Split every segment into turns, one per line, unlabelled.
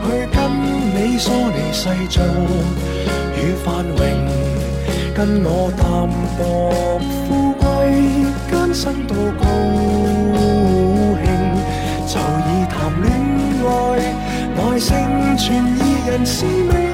去跟你梳理世俗與繁榮，跟我淡薄富貴艱辛到高興，就以談戀愛來成全二人使命。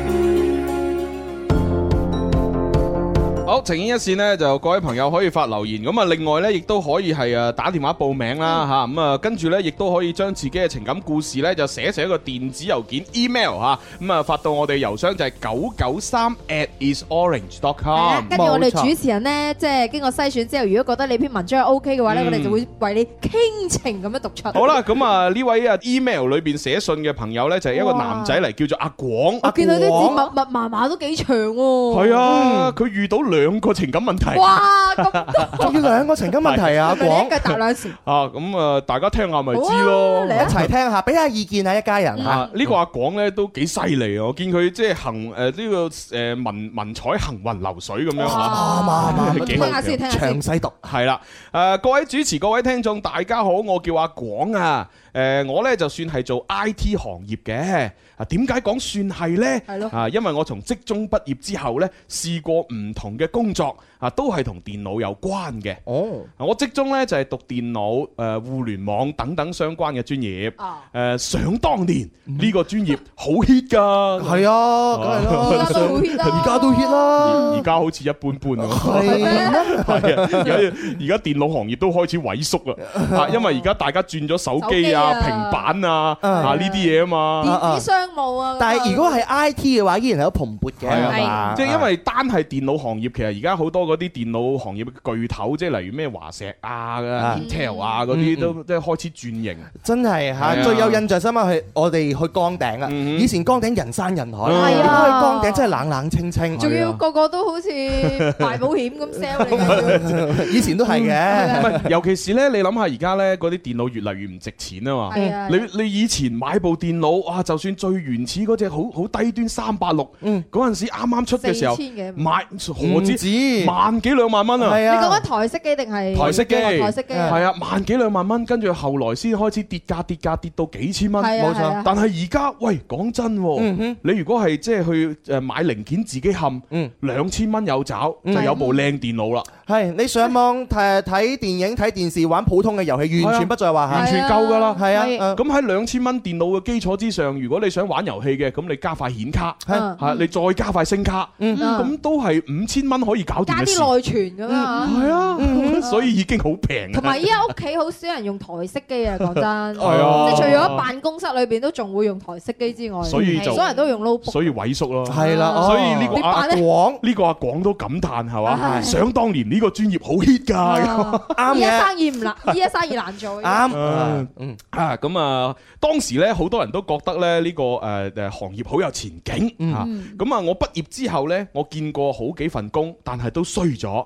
好，情牽一線呢，就各位朋友可以發留言，咁啊，另外呢，亦都可以係誒打電話報名啦吓，咁啊，跟住呢，亦都可以將自己嘅情感故事呢，就寫成一個電子郵件 email 吓，咁啊發到我哋郵箱就係九九三 at isorange.com，
啊跟住我哋主持人咧，即係經過篩選之後，如果覺得你篇文章 O K 嘅話咧，
嗯
我哋就會為你傾情咁樣讀出。
好啦，，咁啊呢位啊 email 裏邊寫信嘅朋友呢，就係一個男仔嚟，叫做阿廣，
我
阿
見到啲
廣
字密密麻麻都幾長喎。
係啊，佢遇到兩個情感問題
哇，咁
仲要兩個情感問題啊，阿
係咪你一
廣
腳踏兩船？
啊，咁啊大家聽下咪知
好
咯
啊。嚟
一齊聽下，俾下意見啊，一家人嚇。
啊！呢個
嗯
阿廣咧都幾犀利啊！我見佢即係行誒呢個誒文文采行雲流水咁樣嚇，
啱
啊
啱
係
啱，
幾
聽
好
下先，聽下先
詳。細讀。
係啦。誒各位主持、各位聽眾，大家好，我叫阿廣啊。誒我呢就算係做 I T 行業嘅啊，點解講算係
係
呢？
咯
啊，因為我從職中畢業之後呢，試過唔同嘅工作啊，都係同電腦有關嘅。啊
哦，
我職中呢就係讀電腦、誒互聯網等等相關嘅專業。
啊，
誒，呃想當年呢個專業好 hit 㗎，
係啊，梗係
而
啦
家，都好 hit 啊
而家都 hit
而
啦
而。家好似一般般啊。
係咩
係啊，而家而家電腦行業都開始萎縮啦，啊，因為而家大家轉咗手機啊、
手機
平
啊
板啊
嗯
啊呢啲嘢啊嘛，
電子商務啊。
但係如果係 I T 嘅話，依然係好蓬勃嘅，
係啊
係嘛
即係因為單係電腦行業，其實而家好多嗰啲電腦行業嘅巨頭，即係例如咩華碩啊、Intel 啊嗰啲，都即係開始轉型。
真係
係啊
嚇，最有印象深刻係我哋去江頂啊！
嗯
以前江頂人山人海，
係啊
而家去江頂真係冷冷清清。
仲要個個都 好似賣保險咁 sell 你
啊
咁樣，
以前都係
唔
嘅，
係，尤其是咧，你諗下而家咧嗰啲電腦越嚟越唔值錢啊嘛。
係啊，
你你以前買部電腦，哇！就算最原始嗰只好好低端三八六，
嗯
嗰陣時啱啱出嘅時候
四千幾
買何
唔
止
止
萬幾兩萬蚊啊！
係
你講
啊
緊，台式機定係
台式機
台式機啊
係啊，萬幾兩萬蚊，跟住後來先開始跌價，跌價跌到幾千蚊，
係啊冇錯係啊
但係而家喂，講真喎，
嗯哼
你如果係即係去誒買零件自己冚
嗯，
兩千蚊有找，就
嗯
有部靚電腦啦，
係你上網睇睇電影、睇電視、玩普通嘅遊戲，完全不在話
完
下。
全夠㗎啦。
係啊，
係
嗯
咁喺兩千蚊電腦嘅基礎之上，如果你想玩遊戲嘅，咁你加塊顯卡。
嗯
吓，你再加塊聲卡，
嗯
Ờ.
咁都係五千蚊可以搞掂
加
嘅事，
啲內存咁樣啊
係啊，所以已經好平
同
啊。
埋依家屋企好少人用台式 機啊，講真，
係啊
即係除咗辦公室裏邊都仲會用台式機之外，
所以就
所有人都用 notebook。
所以萎縮咯。
係啦，哦
所以呢個
點
阿
辦咧？
廣
呢個阿廣都感嘆係嘛，
唉
想當年呢個專業好 hit 㗎。
依
啱
家
嘅，
生意唔 難，依家生意難做。
啱
嗯。
嗯，
啊，咁啊，當時咧好多人都覺得咧呢個誒誒行業好有前景
嗯
啊。咁啊，我畢業之後咧，我見過好幾份工，但係都衰咗。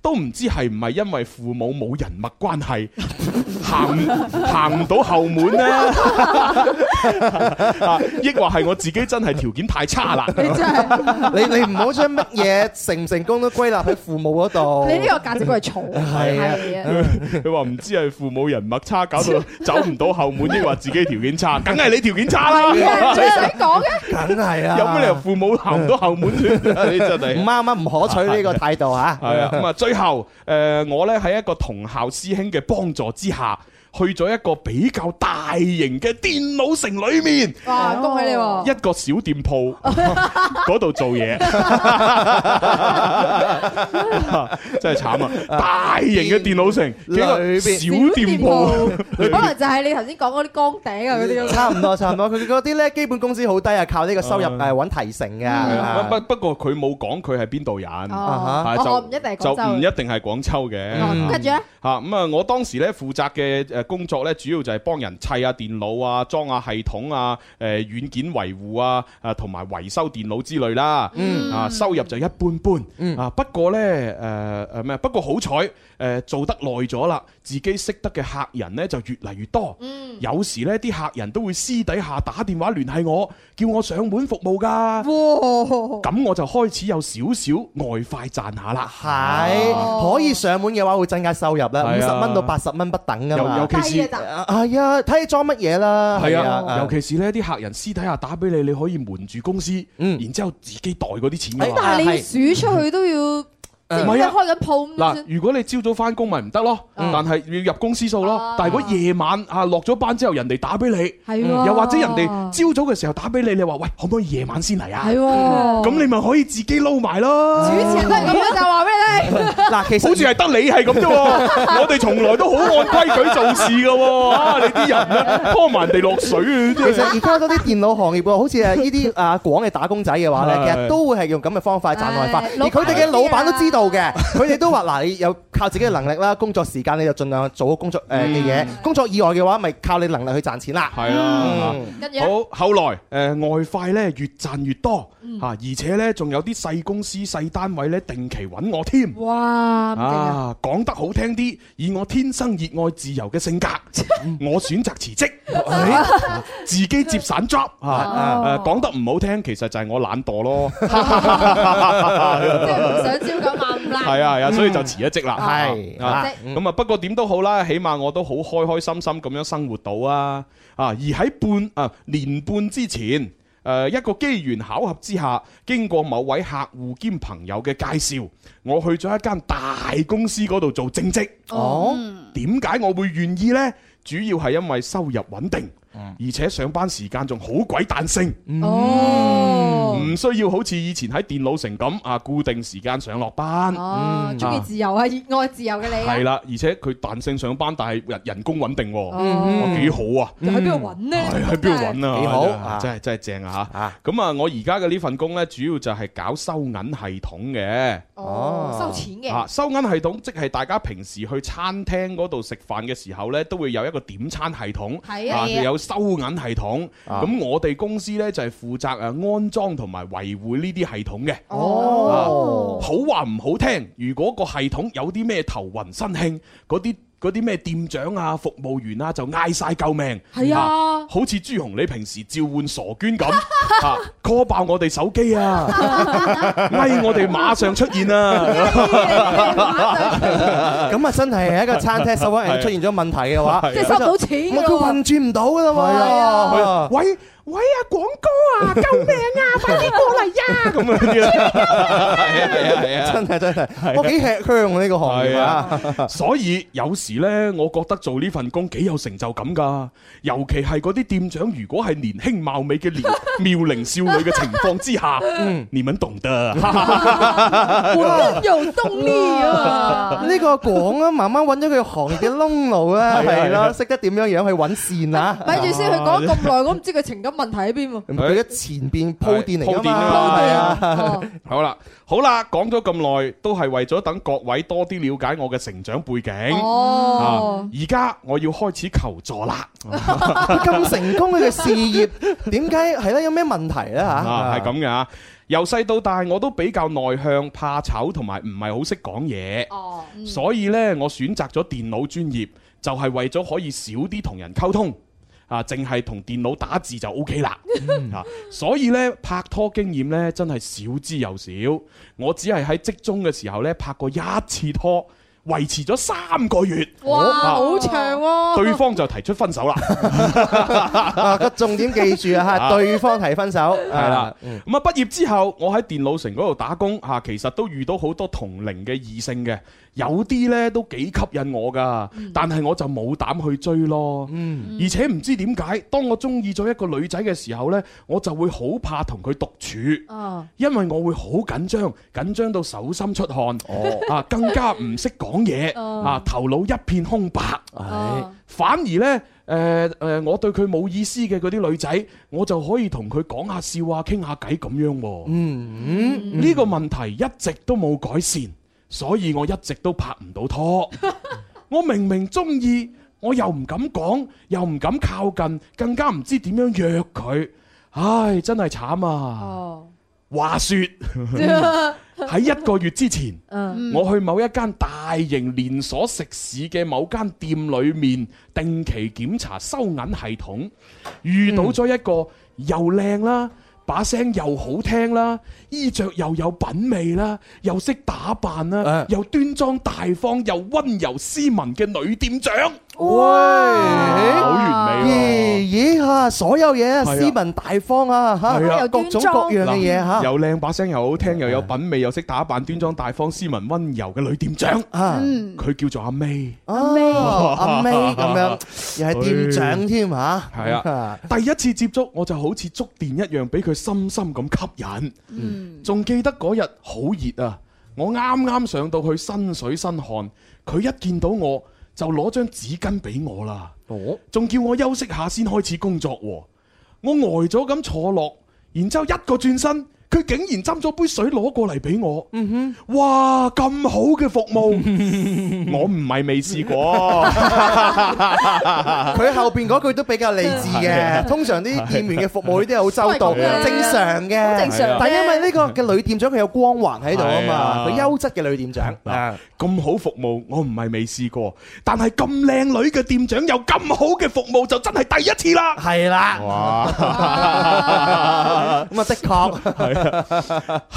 都唔知係唔係因為父母冇人脈關 係，行唔行唔到後門呢？ 啊抑或係我自己真係條件太差 啦？
你 真係，
你你唔好將乜嘢成唔成功都歸納喺父母嗰度。
你呢個價值觀係錯。
係啊
啊，
佢話唔知係父母人脈差，搞到走唔到後門，抑或自己條件差，梗係你條件差啦。
係啊，最想 講嘅。
梗係啊，
有咩理由父母行唔到後門先？ 你真係
唔。啱啊，唔可取呢個態度嚇。
係啊， 咁啊，最後誒、我咧喺一個同校師兄嘅幫助之下，去咗一個比較大型嘅電腦城裏面，
哇，恭喜你喎！
一個小店 鋪嗰度做嘢， 真係慘啊！大型嘅電腦城，幾個
裏邊
小店鋪，
可能就係你頭先講嗰啲崗頂啊嗰啲咁。
差唔多，差唔多。佢嗰啲咧基本工資好低啊，靠呢個收入誒揾提成嘅。
係啊不
啊
不不過佢冇講佢係邊度人，
哦
啊，
我
就
唔一定係
就
廣
唔一
州。
定係廣州嘅。
哦咁跟住咧，
啊嚇咁啊！我當時咧負責嘅誒誒工作咧，主要就係幫人砌下電腦啊、裝下系統啊、誒軟件維護啊、啊同埋維修電腦之類啦。
嗯
啊，收入就一般般。
嗯
啊，不過咧誒誒呃咩？不過好彩誒做得耐咗啦，自己識得嘅客人咧就越嚟越多。
嗯，
有時呢啲客人都會私底下打電話聯繫我，叫我上門服務㗎。
哇，
咁我就開始有少少外快賺下啦。
係可以上門嘅話，會增加收入啦，五
啊係
十
啊
蚊到八十蚊不等噶
尤
嘛
尤。其是
低嘅咋？
啊係啊，睇你裝乜嘢啦。
係啊，尤
其
其是呢啲客人私底下打俾你，你可以瞞住公司，
嗯
然之後自己袋嗰啲錢㗎
哎
嘛。
但係你要數出去都要，即係
唔係啊
開緊鋪咁
嗱
先，。
如果你朝早翻工咪唔得咯，
嗯
但係要入公司數咯
啊。
但係如果夜晚啊落咗班之後，人哋打俾你，
係喎，
嗯又或者人哋朝早嘅時候打俾你，你話喂可唔可以夜晚先嚟啊
係？喎，
咁你咪可以自己撈埋咯。
主持人都係咁樣就話俾你聽，
嗱，其實
好似係得你係咁啫 喎，我哋從來都好按規矩做事嘅喎，啊你啲人咧拖埋人哋落水啊，
其實而家嗰啲電腦行業喎，好似誒呢啲啊廣嘅打工仔嘅話咧，
係
其實都會係用咁嘅方法賺外快，
係
而佢哋嘅老
老闆
闆都
都
知
知
道
道
嘅，佢哋都話嗱，你有靠自己嘅能力啦，工作時間你就盡量做好工作誒嘅嘢，工作以外嘅話咪靠你能力去賺錢啦。
係啊啦。
嗯
跟住咧
好，後來誒、外快咧越賺越多
嗯
嚇、而且咧仲有啲細公司細單位咧定期揾我添。
哇，咁勁啊！
啊，講得好聽啲，以我天生熱愛自由嘅性 格，我選擇辭職，啊自己接散 job 啊。誒
哦
講得唔好聽，其實就係我懶惰 咯。
啊即係唔想朝九晚五啦。
啊係啊係啊，所以就辭咗職啦。
係
啊
啊嗯
咁啊，不過點都好啦，起碼我都好開開心心咁樣生活到啊！啊，而喺半啊年半之前，誒、一個機緣巧合之下，經過某位客戶兼朋友嘅介紹，我去咗一間大公司嗰度做正職。
哦，
點解我會願意呢？主要係因為收入穩定，而且上班時間仲好鬼彈性，
哦，
唔需要好似以前喺電腦城咁啊固定時間上落班。
哦，中意自由啊，熱愛自由嘅你啊。
嗯係啦，而且佢彈性上班，但係人人工穩定喎，
哦
哇幾好啊！
就喺邊度揾呢？
係喺邊度揾啊？
幾好
真係
啊
真係真係正啊
啊
嚇！咁啊，我而家嘅呢份工呢，主要就係搞收銀系統嘅
哦，收錢
啊
嘅。
收銀系統即係大家平時去餐廳嗰度食飯嘅時候呢，都會有一個點餐系統。
係
啊，
啊，
有收銀系統，咁我哋公司呢，就係負責誒安裝同埋維護呢啲系統嘅。
哦
好話唔好聽，如果個系統有啲咩頭暈身慶，嗰啲嗰啲咩店長啊、服務員啊就嗌晒救命。
係啊，
好似朱紅你平時召喚傻娟 咁啊，call 爆我哋手機啊，咪我哋馬上出現 啊！
咁啊真係喺一個餐廳收銀出現咗問題嘅話，
即係收唔到錢嘅
我佢
咯
運轉唔到噶
喂
啦喎。
喂喂啊，廣哥啊，救命啊，快啲過嚟啊！咁 樣啲啊，係啊係啊係啊。
真係真係，我幾吃香啊呢個行業啊！
所以有時呢，我覺得做呢份工幾有成就感㗎，尤其係嗰啲店長，如果係年輕貌美嘅 年妙齡少女嘅情況之下，你們懂 得。
我更有動力啊！
呢個講啊，慢慢揾咗佢行業嘅窿路啦，
係啊
係
係
啦，
啊
識得點樣樣去揾線啊。
咪住先，佢講咁耐，我唔知佢情感問題喺邊 喎。
佢一前邊鋪墊嚟
鋪
㗎
墊啊
嘛，
嘛
係 啊。
哦
好啦，好啦，講咗咁耐，都係為咗等各位多啲了解我嘅成長背景。啊
哦，
而家我要開始求助啦，
佢咁成功佢嘅事業，點解係咧？有咩問題咧
啊，
嚇？
係咁嘅啊。由細到大我都比較內向、怕醜同埋唔係好識講嘢，
哦，嗯
所以呢，我選擇咗電腦專業，就係為咗可以少啲同人溝通。啊，淨係同電腦打字就 O K 啦，啊，所以呢，拍拖經驗呢真係少之又少，我只係喺職中嘅時候呢拍過一次拖，維持咗三個月，
哇，
啊
好長喎。
對方就提出分手啦，
啊個重點記 住啊嚇，對方提分手嗯係
係啦。咁啊，畢業之後，我喺電腦城嗰度打工嚇，其實都遇到好多同齡嘅異性嘅，有啲呢都幾吸引我噶，但係我就冇膽去追咯。
嗯
而且唔知點解，當我中意咗一個女仔嘅時候呢，我就會好怕同佢獨處，
啊，
因為我會好緊張，緊張到手心出汗，
哦，
啊，更加唔識講嘢，
哦
啊，頭腦一片空白。
哦
反而呢，誒、誒、我對佢冇意思嘅嗰啲女仔，我就可以同佢講下笑啊，傾下偈咁樣喎、
嗯嗯，
呢、個問題一直都冇 改善，所以我一直都拍唔到拖。我明明中意，我又唔敢講，又唔敢靠近，更加唔知點樣約佢。唉，真係慘啊！
哦，
話 說喺一個月之前，
嗯，
我去某一間大型連鎖食肆嘅某間店裏面定期檢查收銀系統，遇到咗一個又靚啦，把聲又好聽啦，衣着又有品味啦，又識打扮啦
啊，
又端莊大方又温柔斯文嘅女店長，好完
啊
美
咦咦嚇，所有嘢啊
係啊
斯文大方啊
係啊
嚇，各種各樣嘅嘢
喎！
嚇
又靚把聲又好聽又有品味又識打扮端莊大方斯文温柔嘅女店長，
啊。
佢叫做阿 May。
阿 May，阿 May 咁樣，又係店長添嚇，
係啊，第一次接觸我就好似觸電一樣，俾佢深深咁吸引。仲記得嗰日好熱啊！我啱啱上到去身水身汗，佢一見到我就攞張紙巾俾我啦，
哦，
仲叫我休息下先開始工作喎。我呆咗咁坐落，然之後一個轉身，佢竟然斟咗杯水攞過嚟俾我。嗯哼，哇，咁好嘅服務， 我唔係未試過。啊
佢後邊嗰句都比較理智嘅，通常啲店員嘅服務呢啲係好周到，
都係咁嘅
正常嘅，
正常嘅
但因為呢個嘅女店長佢有光環喺度啊
係
嘛，
啊
佢優質嘅女店長，
嗱，咁好服務我唔係未試過，但係咁靚女嘅店長有咁好嘅服務就真係第一次啦。
係啦，
哇！
咁啊的確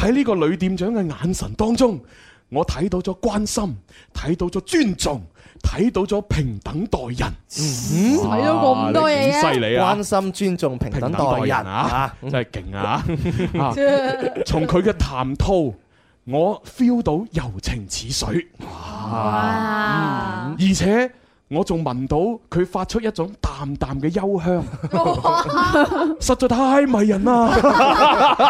喺呢個女店長嘅眼神當中，我睇到咗關心，睇到咗尊重，睇到咗平等待人。
睇到咁
哇
多嘢
你幾犀
啊！
利啊
關！心尊重平
平
等
等
待
待人
人
啊
啊，，
真係勁啊！啊 從佢嘅談吐，我 feel 到柔情似水。
哇，
而且我仲聞到佢發出一種淡淡嘅幽香，
嗯
實在太迷人啦！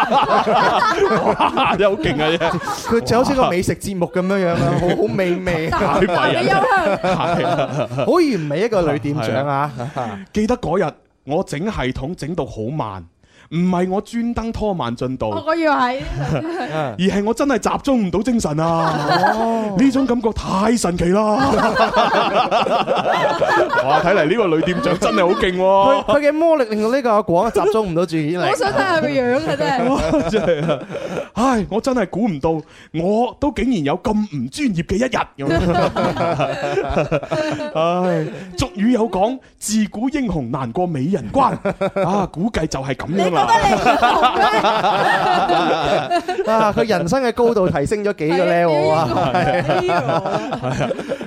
哇，真係好勁啊！真係
佢就好似個美食節目咁樣樣 啊，好好美味，
太迷
啊
人啦！係啊
好完美一個女店長啊，
記得嗰日我整系統整到好慢，唔係我專登拖慢進度，
我要喺
而係我真係集中唔到精神啊！呢種感覺太神奇啦！ 哇，睇嚟呢個女店長真係好勁
佢
喎！
佢嘅魔力令到呢個阿廣集中唔到注意力
我。想睇下個樣啊， 真係。
真係啊！唉，我真係估唔到，我都竟然有咁唔專業嘅一日 咁。唉，俗語有講，自古英雄難過美人 關啊，估計就係咁
你
樣
覺得
啦。
你唔同咩？
啊！佢人生嘅高度提升咗幾個 level 啊！
啊！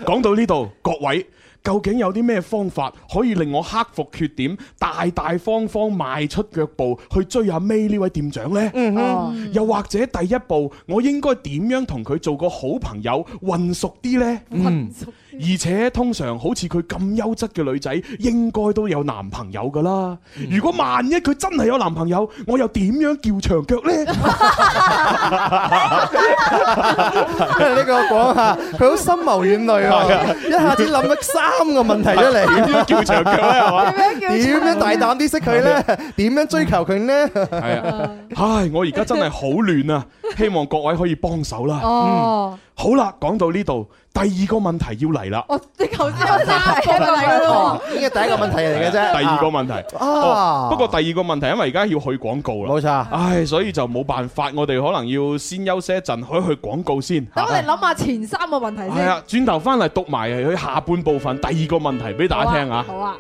講到呢度，各位。究竟有啲咩方法可以令我克服缺點，大大方方邁出腳步去追阿 May 呢位店長呢？
哦
又或者第一步，我應該點樣同佢做個好朋友，混熟啲呢？嗯，而且通常好似佢咁優質嘅女仔，應該都有男朋友噶啦。如果萬一佢真係有男朋友，我又點樣叫長腳呢？
呢個講下，佢好深謀遠慮啊！一下子諗咗三個問題 出
點
嚟，
樣叫長腳呢？係嘛？
點
點樣大膽啲識佢呢？點樣追求佢呢？
係啊！唉，我而家真係好亂啊！希望各位可以幫手啦。
哦，
好啦，講到呢度，第二個問題要嚟啦。
我你頭先有三個嚟嘅咯
呢個第一個問題嚟嘅啫。
第二個問題，
啊哦
哦不過第二個問題，因為而家要去廣告啦。
冇錯，
唉，所以就冇辦法，我哋可能要先休息一陣，去一去廣告先。
喎，等我哋諗下前三個問題
係
先。
啊，轉頭翻嚟讀埋佢下半部分第二個問題俾大家聽啊
好。啊。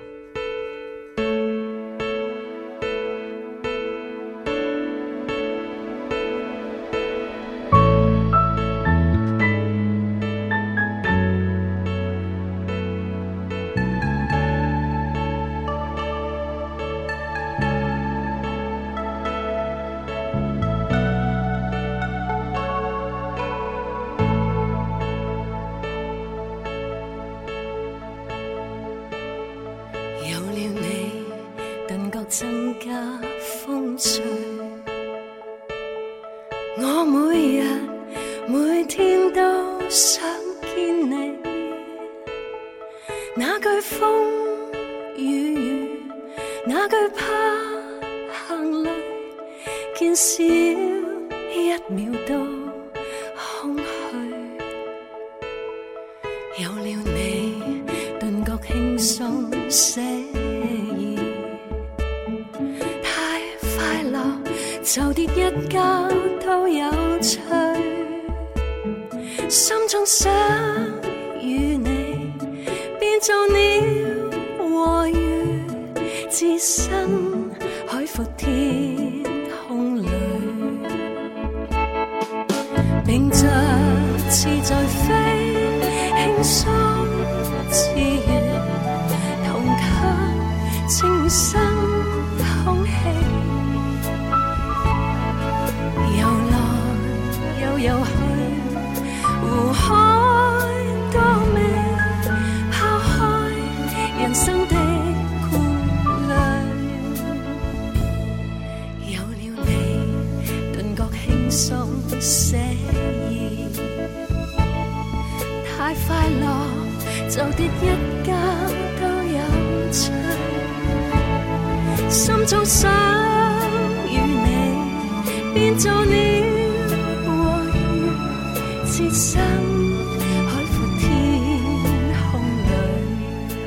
有了你，頓覺增加風趣。我每日每天都想見你，那句風雨雨，那句怕行淚，見少一秒都空虛。有了你，頓覺輕鬆寫意，太快樂就跌一跤都有趣，心中想與你變做鳥和魚，置身海闊天空裏。並着自在飛，輕鬆自如，同吸清新空氣，游來又游去，湖海多美，拋開人生的顧慮，有了你。頓覺輕鬆寫意，太快樂就跌一跤都有趣，心中想與你變做鳥和魚，置身海闊天空裏。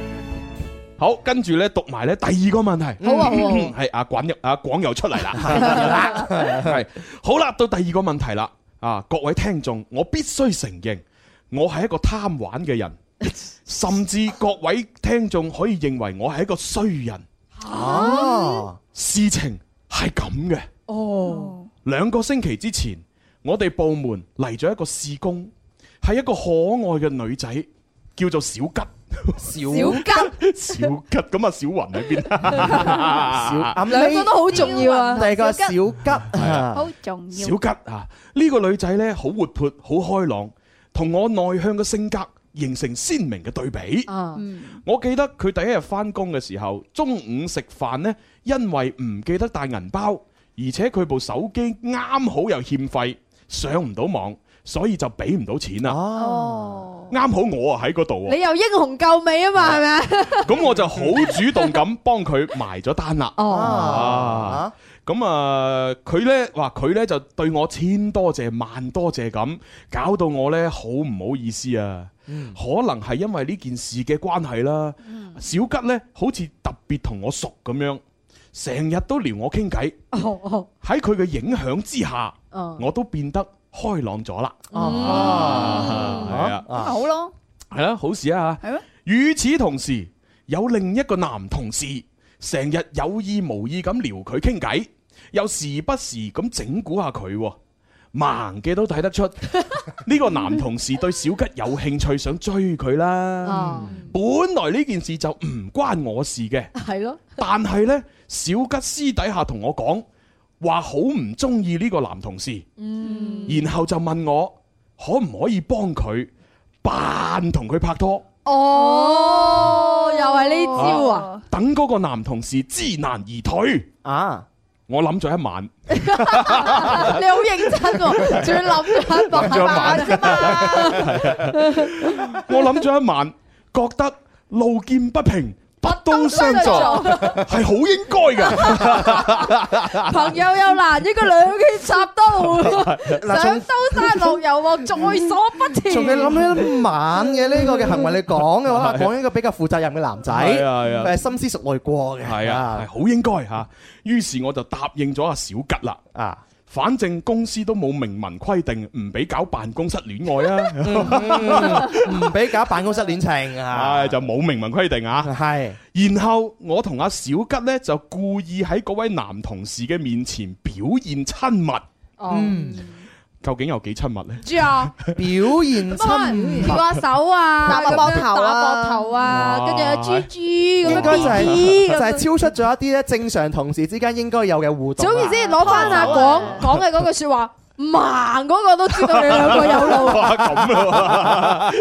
好，跟住咧讀埋咧第二個問題，
好啊好啊
嗯 係阿滾又阿廣又出嚟啦，係好啦，到第二個問題啦，啊各位聽眾，我必須承認，我係一個貪玩嘅人，甚至各位聽眾可以認為我係一個衰人。
哦，
事情係咁嘅。哦，兩個星期之前，我哋部門嚟咗一個試工，係一個可愛嘅女仔，叫做小吉。
小吉，
小吉咁啊，小雲喺邊
小
啊？
阿
兩個
妹，
都好重要啊！
第二個小吉啊，
好重要
小。吉啊，呢、個女仔呢，好活潑，好開朗，同我內向嘅性格形成鮮明嘅對比。
啊，
我記得佢第一日翻工嘅時候，中午食飯呢，因為唔記得帶銀包，而且佢部手機啱好又欠費，上唔到網，所以就俾唔到錢啦。
哦，
啱好我啊喺嗰度喎，
你又英雄救美啊嘛，係咪啊？
咁我就好主動咁幫佢埋咗單啦。
啊，
咁啊，佢呢，話佢呢就對我千多謝萬多謝咁，搞到我呢好唔好意思啊。可能係因為呢件事嘅關係啦，小吉呢好似特別同我熟咁樣，成日都撩我傾偈。喺佢嘅影響之下，
哦
我都變得開朗咗啦。
哦
啊係啊，
咁咪
啊，
好咯，
係啦，好事啊
係咩？
與此同時，有另一個男同事成日有意無意咁撩佢傾偈，又時不時咁整蠱下佢喎。盲嘅都睇 得出，呢個男同事對小吉有興趣，想追佢
啊
啦。
哦，
本來呢件事就唔關我事嘅，
係咯，
但係呢，小吉私底下同我講話好唔中意呢個男同事，
嗯
然後就問我可唔可以幫佢扮同佢拍拖，
哦，又係呢招啊！
哦
等嗰個男同事知難而退。
啊，
我諗咗一晚，
你好認真喎，仲要諗咗一晚，
諗咗一晚
啫嘛。
我諗咗一晚，覺得路見不平拔刀相助係好應該 嘅。
朋友又難，一個兩肋插刀，上刀山落油鑊，在所不辭。
仲要諗起晚嘅呢個嘅行為，你講嘅話，講一個比較負責任嘅男仔，
啊係啊係啊
誒深思熟慮過嘅，
係啊，係，好應該嚇。於是我就答應咗阿小吉啦。
啊，
反正公司都冇明文規定唔俾搞辦公室戀愛啊，
唔俾搞辦公室戀情啊
唉，就冇明文規定啊。
係
然後我同阿小吉呢，就故意喺嗰位男同事嘅面前表現親密，
嗯
究竟有幾親 密呢？
住啊，
表現 親密
跳。下手啊，
搭下膊頭啊
打膊頭啊，跟住有豬豬咁
應
樣
該就係
B B
就
咁樣。
係超出咗一啲咧正常同事之間應該有嘅互動啊
總
啦。
言之，
啊
攞翻阿廣講嘅嗰句説話，盲嗰個都知道你兩個有 路。
哇咁啊！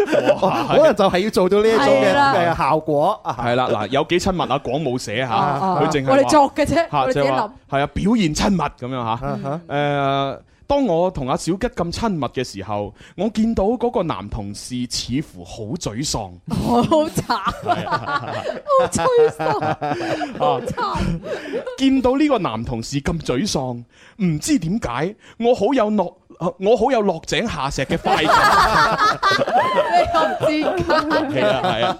哇
可能就係要做到呢一種
係啦
嘅誒效果啊。
係啦，嗱，有幾親密啊？廣冇寫
哦
吓，
哦
佢淨係
我哋
話
作嘅啫，
吓
我
即
哋自己
係
諗
話。係啊，表現親密咁樣吓。
啊哈
誒，當我同阿小吉咁親密嘅時候，我見到嗰個男同事似乎好沮 喪。
我好慘，好沮 喪，好慘。
見到呢個男同事咁沮喪，唔知點解，我好有樂啊我好有落井下石嘅快 感。
你又知
係啊係啊，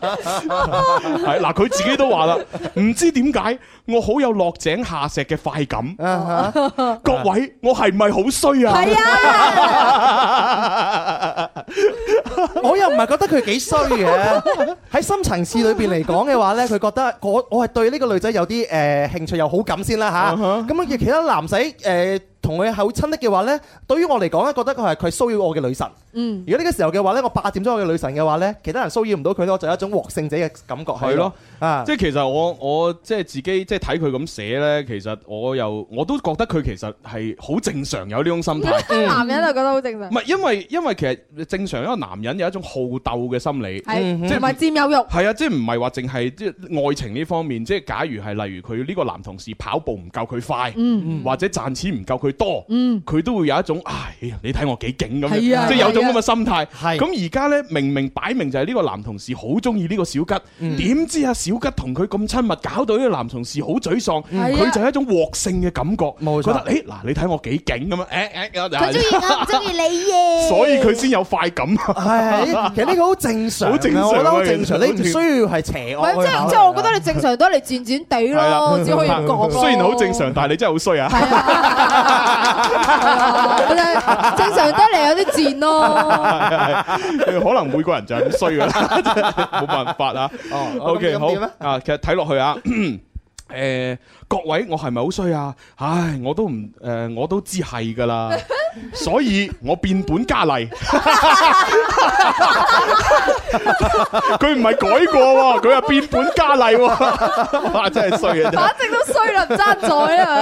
係嗱佢自己都話啦，唔知點解我好有落井下石嘅快感。
啊哈
各位，我係咪好衰啊？
係啊，
我又唔係覺得佢幾衰嘅，喺深層次裏邊嚟講嘅話呢，佢覺得我我係對呢個女仔有啲誒、呃、興趣有好感先啦
啊
吓，咁樣其他男仔誒同佢好親昵嘅話呢，對於我嚟講咧，覺得佢係佢騷擾我嘅女神。
嗯，
如果呢個時候嘅話呢，我霸佔咗我嘅女神嘅話呢，其他人騷擾唔到佢咧，我就有一種獲勝者嘅感覺喺
係
度
咯。
啊
即，係其實我我即係自己即係睇佢咁寫呢，其實我又我都覺得佢其實係好正常有呢種心態。
男人就覺得好正常
唔，係因為因為其實正常一個男人有一種好鬥嘅心理。
嗯
係
即係
同埋佔有欲，
係啊，即係唔係話淨係即係愛情呢方面，即係假如係例如佢呢個男同事跑步唔夠佢快，
嗯
或者賺錢唔夠佢多，
嗯，
佢都會有一種唉，哎你睇我幾勁咁樣，
係啊
即係有種
係
咁
啊
嘅心態。
係
咁而家呢，明明擺明就係呢個男同事好中意呢個小吉，點知啊小吉同佢咁親密，搞到呢個男同事好沮喪，
係啊
佢就係一種獲勝嘅感覺，
冇錯
覺得誒嗱，你睇我幾勁咁樣，啊誒誒
佢中意我，唔中意你耶。
所以佢先有快感啊！
係，其實呢個好正常啊，
好正常啊
我覺得好正常，
其
你
實
唔需要係
唔
邪惡去啊
係即
考
係
慮
即係我覺得你正常都係嚟轉轉地
係啦
咯，只可以咁講咯。
雖然好正常，但係你真係好衰啊！
係啊，我就 正常得嚟有啲賤 咯。
可能每個人就係咁衰噶啦， 真係冇辦法啊。
哦
OK，
咁
好
點咧
啊，其實睇落去啊。 誒、各位，我係咪好衰啊？唉，我都唔誒、我都知係噶 啦，所以我變本加厲。 佢唔係改過喎，佢係變本加厲喎， 哇！真係衰啊！真係
反正都衰啦，唔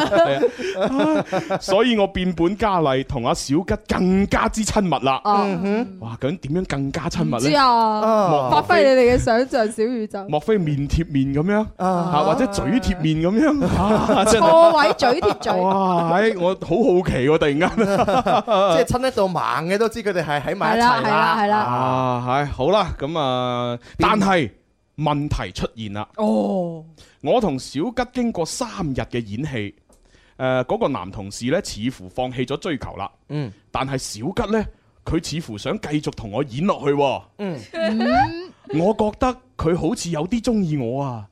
爭在 啊！
所以我變本加厲，同阿小吉更加之親密啦。
嗯
哦，
哇！究竟點樣更加親
唔
密
知
呢？
啊，
啊
發揮你哋嘅想像小宇宙，
哦 莫非面貼面咁樣？
啊
啊，或者嘴貼面咁樣，啊真係哦
錯位嘴貼嘴，
哇！唉我好好奇喎，突然間
即係親得到盲嘅都知佢哋係喺
啊係
埋一
啦
齊
係啦係啦，
啊，唉，好啦，咁啊，但係問題出現啦。
哦，
我同小吉經過三日嘅演戲，誒、嗰、個男同事呢，似乎放棄咗追求啦。
嗯，
但係小吉呢，佢似乎想繼續同我演落去喎。
嗯
我覺得佢好似有啲中意我啊。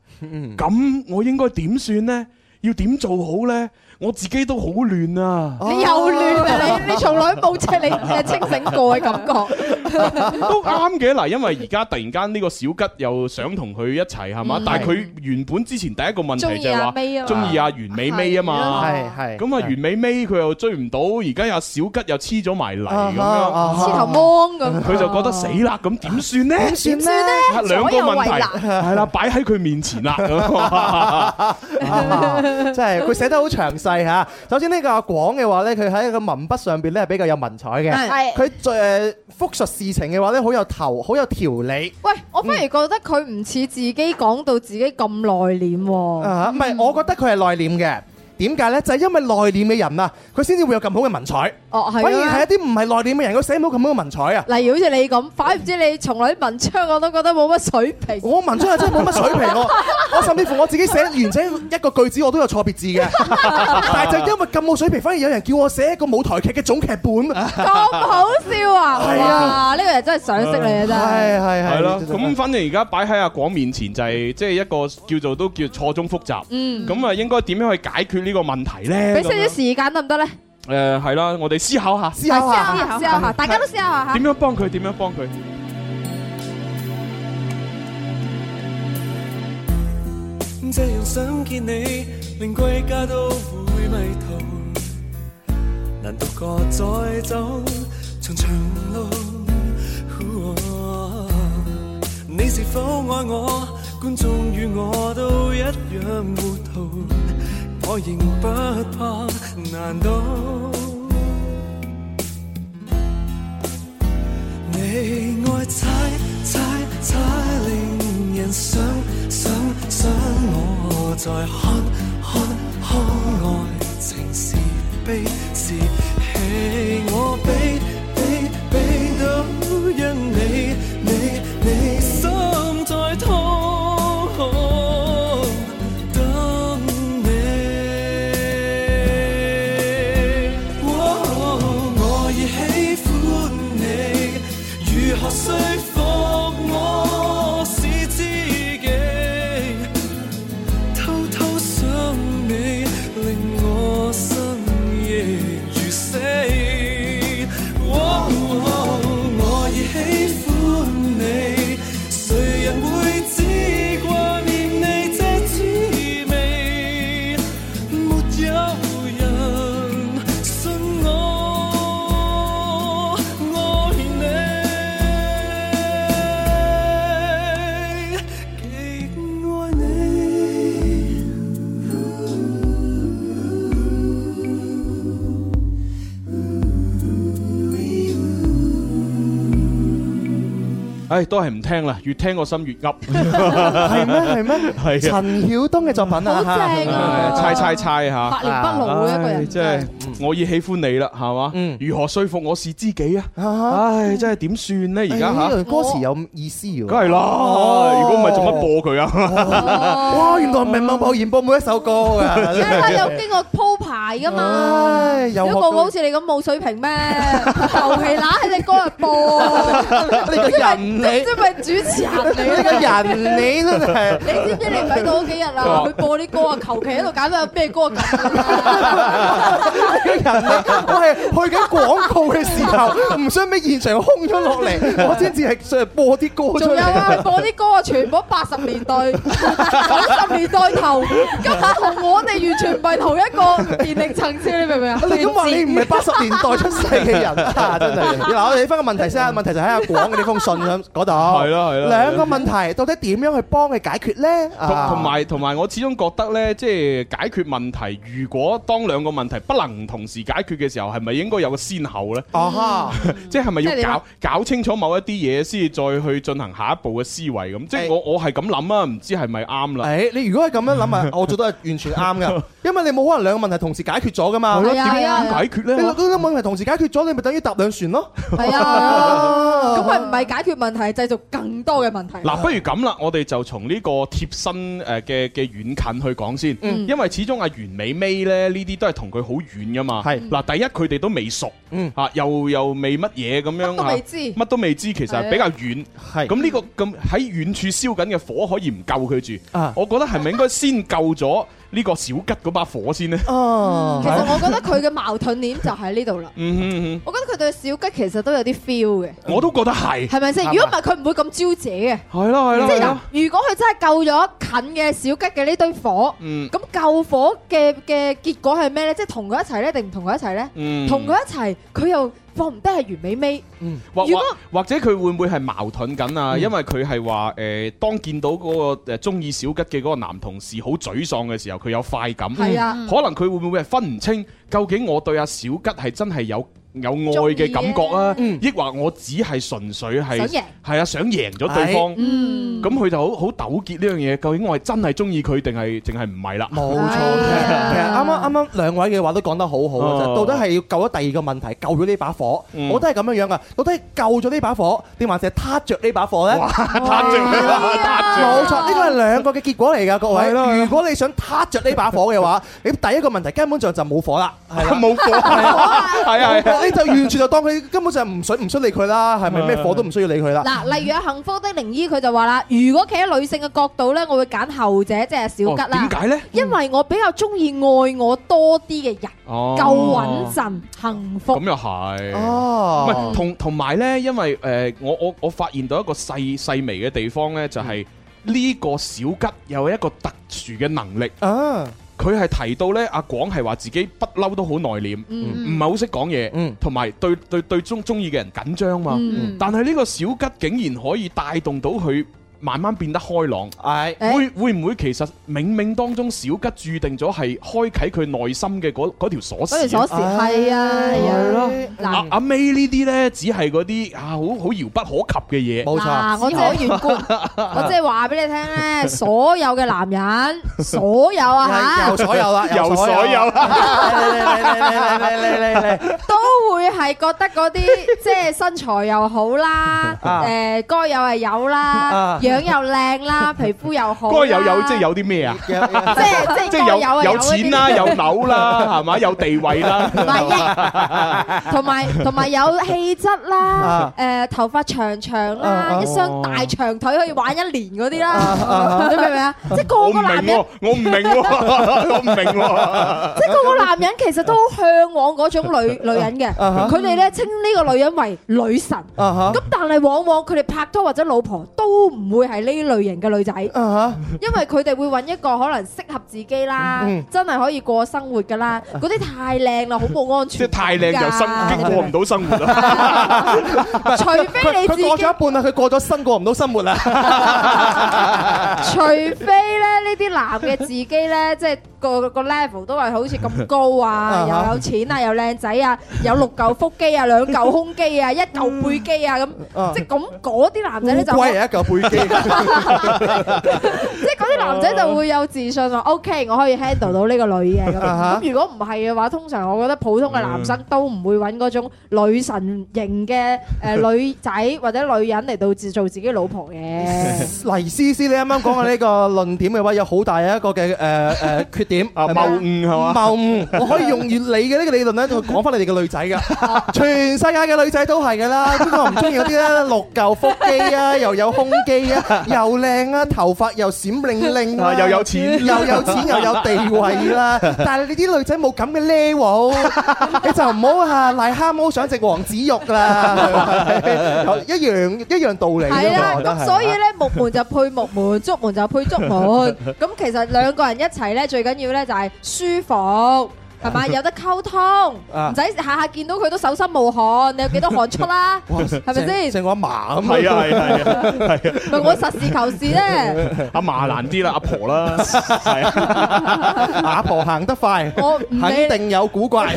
咁我應該點算呢？要點做好呢？我自己都好亂啊！
你又亂啊！你你從來冇即係 你誒清醒過嘅感覺，
都啱嘅嗱，因為而家突然間呢個小吉又想同佢一齊係嘛，但係佢原本之前第一個問
中
題
意
就係
阿
話
May 啊嘛，
中意阿袁美美啊嘛。
係係
咁啊，袁美美佢又追唔到，而家有小吉又黐咗埋嚟咁樣，
啊哈
黐頭芒咁，
佢就覺得死啦，咁點算呢？
點算咧？
啊兩個問題係啦，擺喺佢面前啦。
啊真係佢寫得好詳細嚇。首先呢個阿廣嘅話呢，佢喺個文筆上邊呢係比較有文采嘅。
係
佢誒複述事情嘅話呢，好有頭，好有條理。
喂，我反而覺得佢唔似自己講到自己咁內斂喎。
啊，唔係，我覺得佢係內斂嘅。點解呢？就係因為內斂嘅人啊，佢先至會有咁好嘅文采。
哦，
反
係
而
啊
係。一啲唔係內斂嘅人，佢寫唔到咁好嘅文采啊！
例如好似你咁，反而唔知你從來啲文章我都覺得冇乜水平。
我文章係真係冇乜水平，我我甚至乎我自己寫完整一個句子我都有錯別字嘅，但係就因為咁冇水平，反而有人叫我寫一個舞台劇嘅總劇本，係
咁好笑
係啊
啊！哇，呢個人真係想識你啊，
係
係
係
咯，咁反正而家擺喺阿廣面前就係即係一個叫做都叫錯綜複雜，
嗯
咁啊應該點樣去解決呢個問題
真
呢？
係。俾少少時間得唔得咧？
誒係啦，我哋思考下。
思考下。
思考啊下，大家都思考下嚇
點。樣幫佢？點樣幫佢？
這樣想見你，令歸家都會迷途。難獨個再走長長路。你是否愛我？觀眾與我都一樣糊塗，我仍不怕難度。你愛踩踩踩，令人想想想，我在看看看，愛情是悲是喜，我比比比都因你你你心在痛，等你。我已輕
唉，都係唔聽啦，越聽個心越噏。
係咩係咩？
係啊，
陳曉東嘅作品啊，
好正
唉
啊
猜猜猜吓。
百年不老嘅啊一個
唉
人，
真係嗯我已喜歡你啦，係嘛
嗯？
如何說服我是知己啊？
啊
唉，真係點算呢？而家
呢
吓，
個歌詞有意思喎。
梗係啦，
哦
如果唔係做乜播佢啊？
哇！原來唔係默默然播每一首歌㗎，
真
真係
係有經過鋪排噶嘛。
唉，有
如果個個好似你咁冇水平咩？求其揦喺你歌入播，
你個人你
即係咪主持人
你
嚟
個
嘅？
人你真係。
你知唔知你唔喺度嗰幾日啊？佢播啲歌啊，求其喺度揀咗有咩歌啊 咁。
人哋我係去緊廣告嘅時候，唔想俾現場空咗落嚟，我先至係想播啲歌出
仲有啊，
嚟。
播啲歌啊，全部八十年代、九十年代頭，咁啊同我哋完全唔係同一個年齡層次，你明唔明啊？
你咁話你唔係八十年代出世嘅人啊，真係。嗱，我哋翻個問題先啊，問題就喺阿廣嘅呢封信咁嗰度。係
啦係啦
兩個問題，到底點樣去幫佢解決咧？
同同埋同埋，我始終覺得呢，即係解決問題，如果當兩個問題不能同時解決嘅時候，係咪應該有個先後呢？
啊哈，
即係咪
即係你
要
話
搞搞清楚某一啲嘢，先至再去進行下一步嘅思維咁？即係
係
我我係咁諗啊，唔知係咪啱啦？
誒，你如果係咁樣諗啊，我做得係完全啱㗎，因為你冇可能兩個問題同時解決咗㗎嘛。
係啊係啊
點解決
你
呢？
兩個問題同時解決咗，你咪等於搭兩船咯。
係啊，咁咪唔係解決問題，係製造更多嘅問題。
嗱，不如咁啦，我哋就從呢個貼身誒嘅嘅遠近去講先，因為始終阿袁美美咧呢啲都係同佢好遠噶嘛。
係
嗱，第一佢哋都未熟，
嗯
嚇又又未乜嘢咁樣
都未
嚇，
知啊
乜都未知，其實係比較遠。
係
咁呢個咁喺遠處燒緊嘅火可以唔救佢住
啊，
我覺得係咪應該先救咗呢個小吉嗰把火先呢？
哦
其實我覺得佢嘅矛盾點就喺呢度啦。
嗯哼嗯
我覺得佢對小吉其實都有啲 feel 嘅，
哼，我都覺得係，
係咪先？
係嘛
如果唔係佢唔會咁招姐嘅。
係啦係啦
即係
係
嗱
啦，，
如果佢真係救咗近嘅小吉嘅呢堆火，
嗯
咁救火嘅嘅結果係咩咧？即係同佢一齊咧，定唔同佢一齊咧？
嗯，
同佢一齊，佢又放唔低係袁美美，
或
如果嗯
或或者佢會唔會係矛盾緊啊？因為佢係話誒，當見到嗰個誒中意小吉嘅嗰個男同事好沮喪嘅時候，佢有快感。
係啊，
可能佢會唔會係分唔清究竟我對阿小吉係真係有有愛嘅感覺啊
鍾意啊，
抑或我只係純粹
想
係
贏
係啊想贏咗對方。
嗯，
咁佢就好好糾結呢樣嘢，究竟我係真係中意佢定係定係唔係啦？
冇錯，
哎
其實
呀
其實啱啱啱啱兩位嘅話都講得好好
哦
啊！就到底係要救咗第二個問題，救咗呢把火，
嗯
我都係咁樣樣噶。到底係救咗呢把火，定還是係撻着呢把火咧？
攤住佢啦，攤
冇錯，呢個係兩個嘅結果嚟㗎，各
係啦係啦
位。如果你想撻着呢把火嘅話，你第一個問題根本上就冇火啦，係
住
啦。
冇火，係啊係啊，
你就完全就當佢根本就唔需唔需理佢啦，係咪咩火都唔需要理佢啦？
嗱，例如啊，幸福的靈醫佢就話啦，如果企喺女性嘅角度咧，我會揀後者，即係小
哦
吉
點。
啦
解咧？
因為我比較中意愛我多啲嘅人，
哦
夠穩陣、幸福
咁。又係。唔係
哦，
同同埋咧，因為誒、呃我我我發現到一個細細微嘅地方咧，就
嗯
係、呢個小吉有一個特殊嘅能力，
啊，
佢係提到咧，阿廣係話自己不嬲都好內斂，唔係好識講嘢
嗯，
同埋、對對對中中意嘅人緊張嘛。
嗯，
但係呢個小吉竟然可以帶動到佢慢慢變得開朗，
係
誒
會會唔會其實冥冥當中小吉注定咗係開啟佢內心嘅嗰嗰條鎖匙
嗰條
啊？
鎖匙係啊，係啊。
阿
嗱
阿 May 呢啲呢，只係嗰啲啊好好遙不可及嘅嘢。
冇錯。
嗱，我即係原故，我即係話俾你聽咧，所有嘅男人，所有啊嚇
又，所有啦，
又所有
啦，嚟嚟嚟嚟嚟嚟嚟嚟
都會係覺得嗰啲即係身材又好啦，
啊
誒該有係有啦
啊，
樣又靚啦，皮膚又好，
該有有即係，有啲咩啊？
嚟，
即係即
即
係
係
該
有
有啊
有
嗰啲
錢啦，有樓啦，係嘛？有地位啦。
唔係嘅，同埋同埋有氣質啦
啊，
誒頭髮長長
啊
啦，
啊
一雙大長腿可以玩一年嗰啲
啊
啦
啊，
你明唔明啊？即係
我
個
唔
個
明
男人
喎，， 我唔明喎，我唔明喎。
啊
即係個個男人其實都好向往嗰種女 女人嘅，
啊哈
佢哋咧稱呢個女人為女神。
啊哈
咁但係往往佢哋拍拖或者老婆都唔會係呢類型嘅 女仔，
啊哈，
因為佢哋會揾一個可能適合自己啦，
嗯
真係可以過生活噶啦。嗰啲太靚啦，好冇安
即係
全感
太
㗎。
靚又 生，激過唔到生活啦。
除非
佢
你自
佢
己，
過咗一半啦，佢過咗身過唔到生活啦，
除非咧呢啲男嘅自己咧，即係個個 level 都係好似咁高啊，
啊
又有錢啊，又靚仔啊，有六嚿腹肌啊，兩嚿胸肌啊，一嚿背肌啊，咁
啊
即係咁嗰啲男仔咧就
烏龜係一嚿背肌，
即係嗰啲男仔就會有自信話，OK，我可以 handle 到呢個女嘅咁。
啊哈
咁如果唔係嘅話，通常我覺得普通嘅男生都唔會揾嗰種女神型嘅誒女仔或者女人嚟到自做自己老婆嘅。
黎思思，你啱啱講嘅呢個論點嘅話，有好大一個嘅誒誒缺點，
啊，
係咪
謬誤係嘛？
謬誤，我可以用完你嘅呢個理論咧，就講翻你哋嘅女 仔噶，全世界嘅女仔都係噶啦，邊個唔中意嗰啲咧六嚿腹肌 啊，又有胸肌啊，又靚啊，頭髮又閃靈 靈
啊又有錢
又有錢又有地 位啦，但係你啲女仔冇咁嘅 level，你就唔好嚇癞蝦毛想食王子肉 啦，一樣一樣道理㗎嘛。
係啦，
我覺得係
咁
啊
所以咧木門就配木門，竹門就配竹門。咁其實兩個人一齊咧，最緊要咧就係舒服。係嘛？有得溝通，唔
啊
使下下見到佢都手心無汗，你有幾多汗出啦？
哇
係咪先
成成個阿嫲咁。
係啊係啊係啊
咪我實事求是咧，
阿嫲難啲啦，阿婆啦，係啊。
阿婆行得快，
我唔理
肯定有古怪。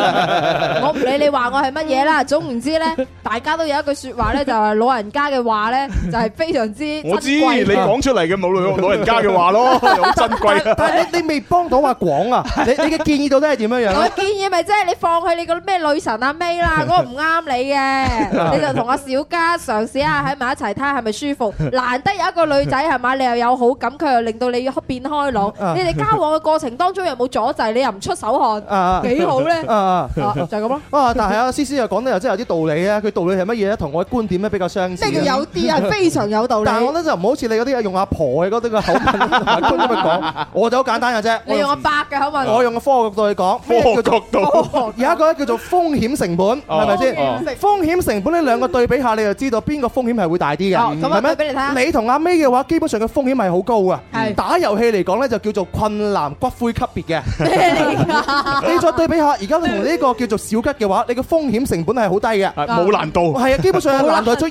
我唔理你話我係乜嘢啦，總言之咧，大家都有一句説話咧，就係老人家嘅話咧，就係非常之
我知
珍
你
貴啊
講出嚟嘅冇老老人家嘅話咯，好珍貴啊！
但係你你未幫到阿廣啊？你你嘅建議到底係點樣樣啊
我
咧？
建議咪即係你放棄你個咩女神阿 May 啦，嗰個唔啱你嘅，你就同阿小嘉嘗試下喺埋一齊睇下係咪舒服。難得有一個女仔係嘛，你又有好感，佢又令到你變開朗
啊，
你哋交往嘅過程當中又冇阻滯，你又唔出手汗，
啊
幾好咧！
啊啊！
啊就係咁咯。
啊！但係阿思思又講得又真係有啲道理啊！佢道理係乜嘢咧？同我嘅觀點咧比較相似。啊
咩叫有啲係非常有道理？
但係我覺得就唔好似你嗰啲用阿婆嘅嗰啲個口吻同埋觀點去講，我就好簡單嘅啫。
你用阿伯嘅好嘛？
我用個科學角度去講，咩
科學
叫做
角度，
有一個咧叫做風險成本，係咪先？
哦
風險成本呢兩個對比下，你就知道邊個風險係會大啲嘅，嗯
哦咁啊
係
對
咪
比你睇下
你同阿 May 嘅話，基本上嘅風險係好高嘅。
係
打遊戲嚟講呢，就叫做困難骨灰級別 嘅。
咩嚟㗎？
你再對比下，而家同呢個叫做小吉嘅話，你嘅風險成本係好低嘅。
啊冇難 度，
係啊，基本上係難度係最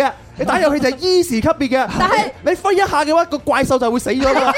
嘅。你打遊戲就係 easy 級別嘅。
但係
你揮一下嘅話，個怪獸就會死咗 啦。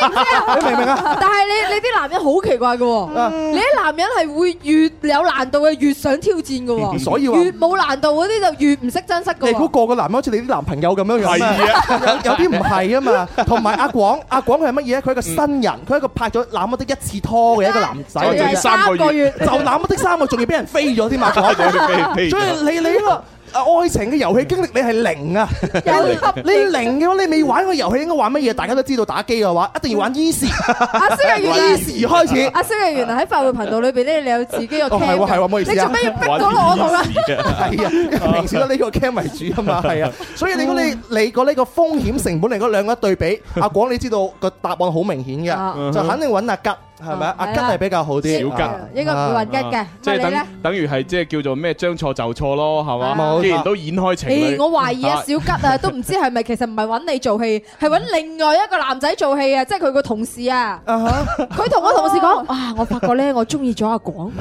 你明唔明啊？
但係你你啲男人好奇怪嘅喎，你啲男人係會越有難度嘅越想挑戰嘅喎，
所以話
越冇難度嗰啲就越唔識珍惜嘅
你
喎。
估個個男人好似你啲男朋友咁樣樣
係
咩？
啊，
有有啲唔係啊嘛，同埋阿廣，阿廣佢係乜嘢？佢係一個新人，
嗯
佢係一個拍咗那麼的一次拖嘅一個男仔
就
仲
係
係
嚟
三
三
個
個
月
月，
嘅，就那麼的三個，仲要俾人飛咗 添嘛，啊阿廣
飛飛
所以你你呢個。啊愛情嘅遊戲經歷你係零啊！
有
你零嘅話，你未玩過遊戲應該玩乜嘢？大家都知道打機嘅話，一定要玩 easy
阿蕭嘅原來，
easy 開始。
阿蕭嘅原來喺法會頻道裏邊咧，你有自己個
哦
cam
係喎係喎唔好意
你
思啊
做咩要逼到落我度啊？
係啊，因為 平時都呢個 cam 為主啊嘛，係啊，所以你講
嗯
你你個呢個風險成本嚟嗰兩個 對比，阿廣你知道個答案好明顯嘅，
啊
就肯定揾阿吉係咪啊
啊？
阿吉係比較好啲，
嗯小吉
啊
應該唔會混吉嘅。
即係
咁你咧？
等等於係即係叫做咩將錯就錯咯，係嘛？
冇錯
既然都演開情
誒，
侶，
我懷疑啊，小吉 啊，都唔知係咪其實唔係揾你做戲，係揾另外一個男仔做戲啊，即係佢個同事啊。
啊哈
佢同我同事講：，哇！我發覺咧，我中意咗阿廣，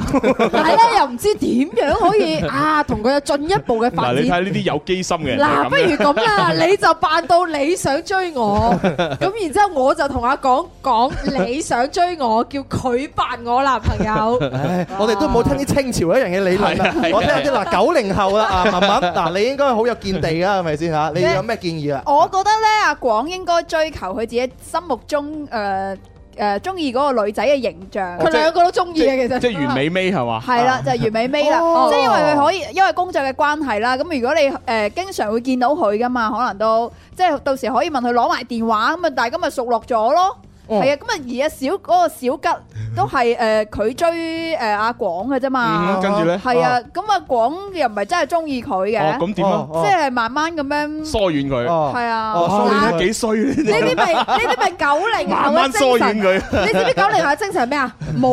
但係咧又唔知點樣可以啊，同佢有進一步嘅發
嗱
展
你睇。下呢啲有機心嘅人就係
嗱，
咁
不
嘅，
如咁啦， 你就扮到你想追我，咁然之後我就同阿廣講你想追我，叫佢扮我男朋 友。
唉我哋都冇聽啲清朝嗰啲人嘅理
啊
論啦，我聽啲嗱九零後啦，啊文文，嗱你應該好有見地啊噶，係咪先嚇？你有咩建議啊？
我覺得咧，阿廣應該追求佢自己心目中
呃
誒誒中意嗰個女仔嘅形象。
佢兩個都中意嘅，其實
哦即係完美尾係嘛？
係啦，就係完美尾啦，
哦
即係因為佢可以，因為工作嘅關係啦。咁如果你誒、呃、經常會見到佢噶嘛，可能都即係到時可以問佢攞埋電話，咁啊大家咪熟落咗咯。
哦
係啊，咁啊而家小嗰、個小吉都係誒佢追誒阿廣嘅啫嘛
嗯，跟住咧，
係啊，咁啊廣又唔係真係中意佢
哦
嘅，
咁點啊？
哦
即係慢慢咁樣
疏遠佢，
哦
係啊。
哦疏遠
哇
佢
幾衰呢
呢
啲，
啲咪呢啲咪九零
慢
後
慢
嘅
疏
精
遠
神。
佢。
你知唔知九零後嘅精神係咩啊？冒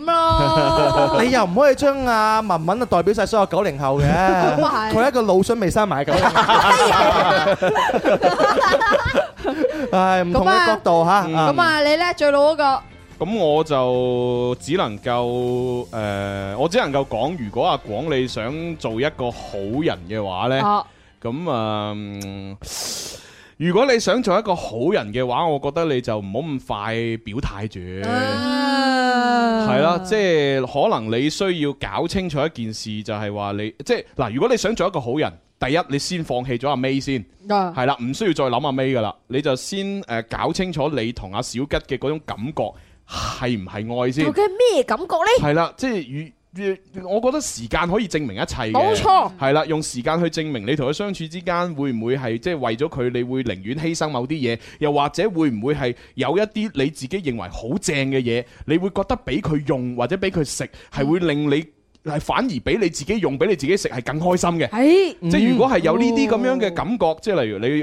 咯。
你又唔可以將阿文文啊代表晒所有九零後嘅，
係
佢係一個腦筍未生埋九零後。唉，唔同嘅角度嚇。啊
咁啊，你咧最老嗰個。
咁我就只能夠誒、呃我只能夠講，如果阿廣你想做一個好人嘅話呢，
哦，
咁啊、嗯如果你想做一個好人嘅話，我覺得你就唔好咁快表態住。
嗯啊！
係啦，即係可能你需要搞清楚一件事，就係話你即係嗱，如果你想做一個好人，第一你先放棄咗阿 May 先，
啊
係啦，唔需要再諗阿 May 噶啦，你就先誒搞清楚你同阿小吉嘅嗰種感覺係唔係愛先
究，竟咩感覺咧？
係啦，即係與。與我覺得時間可以證明一切嘅，
冇錯，
係啦，用時間去證明你同佢相處之間會唔會係即係為咗佢，你會寧願犧牲某啲嘢，又或者會唔會係有一啲你自己認為好正嘅嘢，你會覺得俾佢用或者俾佢食，係會令你係反而比你自己用，比你自己食係更開心嘅。
係
即係如果係有呢啲咁樣嘅感覺，即係例如你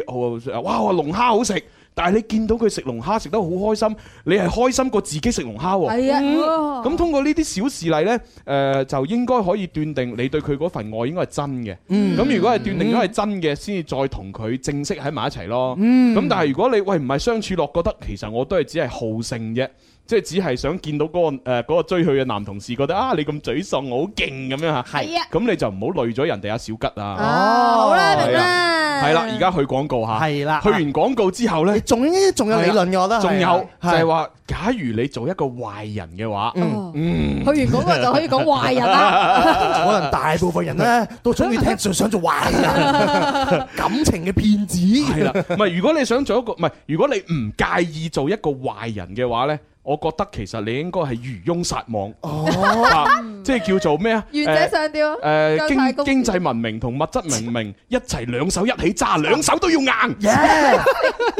哦哇龍蝦好食，但係你見到佢食龍蝦食得好開心，你係開心過自己食龍蝦喎。
係啊，
咁通過呢啲小事例呢，誒、呃就應該可以斷定你對佢嗰份愛應該係真嘅。咁、如果係斷定咗係真嘅，先至再同佢正式喺埋一齊咯。咁、但係如果你喂唔係相處落，覺得其實我都係只係好勝啫。即係只係想見到嗰、個誒呃嗰個追佢嘅男同事，覺得啊你咁沮喪，我好勁咁樣嚇，
係
啊
咁你就唔好累咗人哋阿小吉啊。
啊好啦，明啦，
係啦，而家去廣告嚇，
係啦
去完廣告之後呢
你，仲仲有理論嘅，我覺得係
仲有就
係
係話，假如你做一個壞人嘅話，
Ờ.
嗯
嗯
去完嗰個就可以講壞人 啦。
可能大部分人咧都中意聽想想做壞人，感情嘅騙子
系啦，唔係如果你想做一個，唔係如果你唔介意做一個壞人嘅話呢，我覺得其實你應該係漁翁撒網，啊即係叫做咩啊？
原者上吊，
诶，
姜
经
太公
经济文明同物質文明一齊兩手一起 揸，兩手都要硬。
，yeah，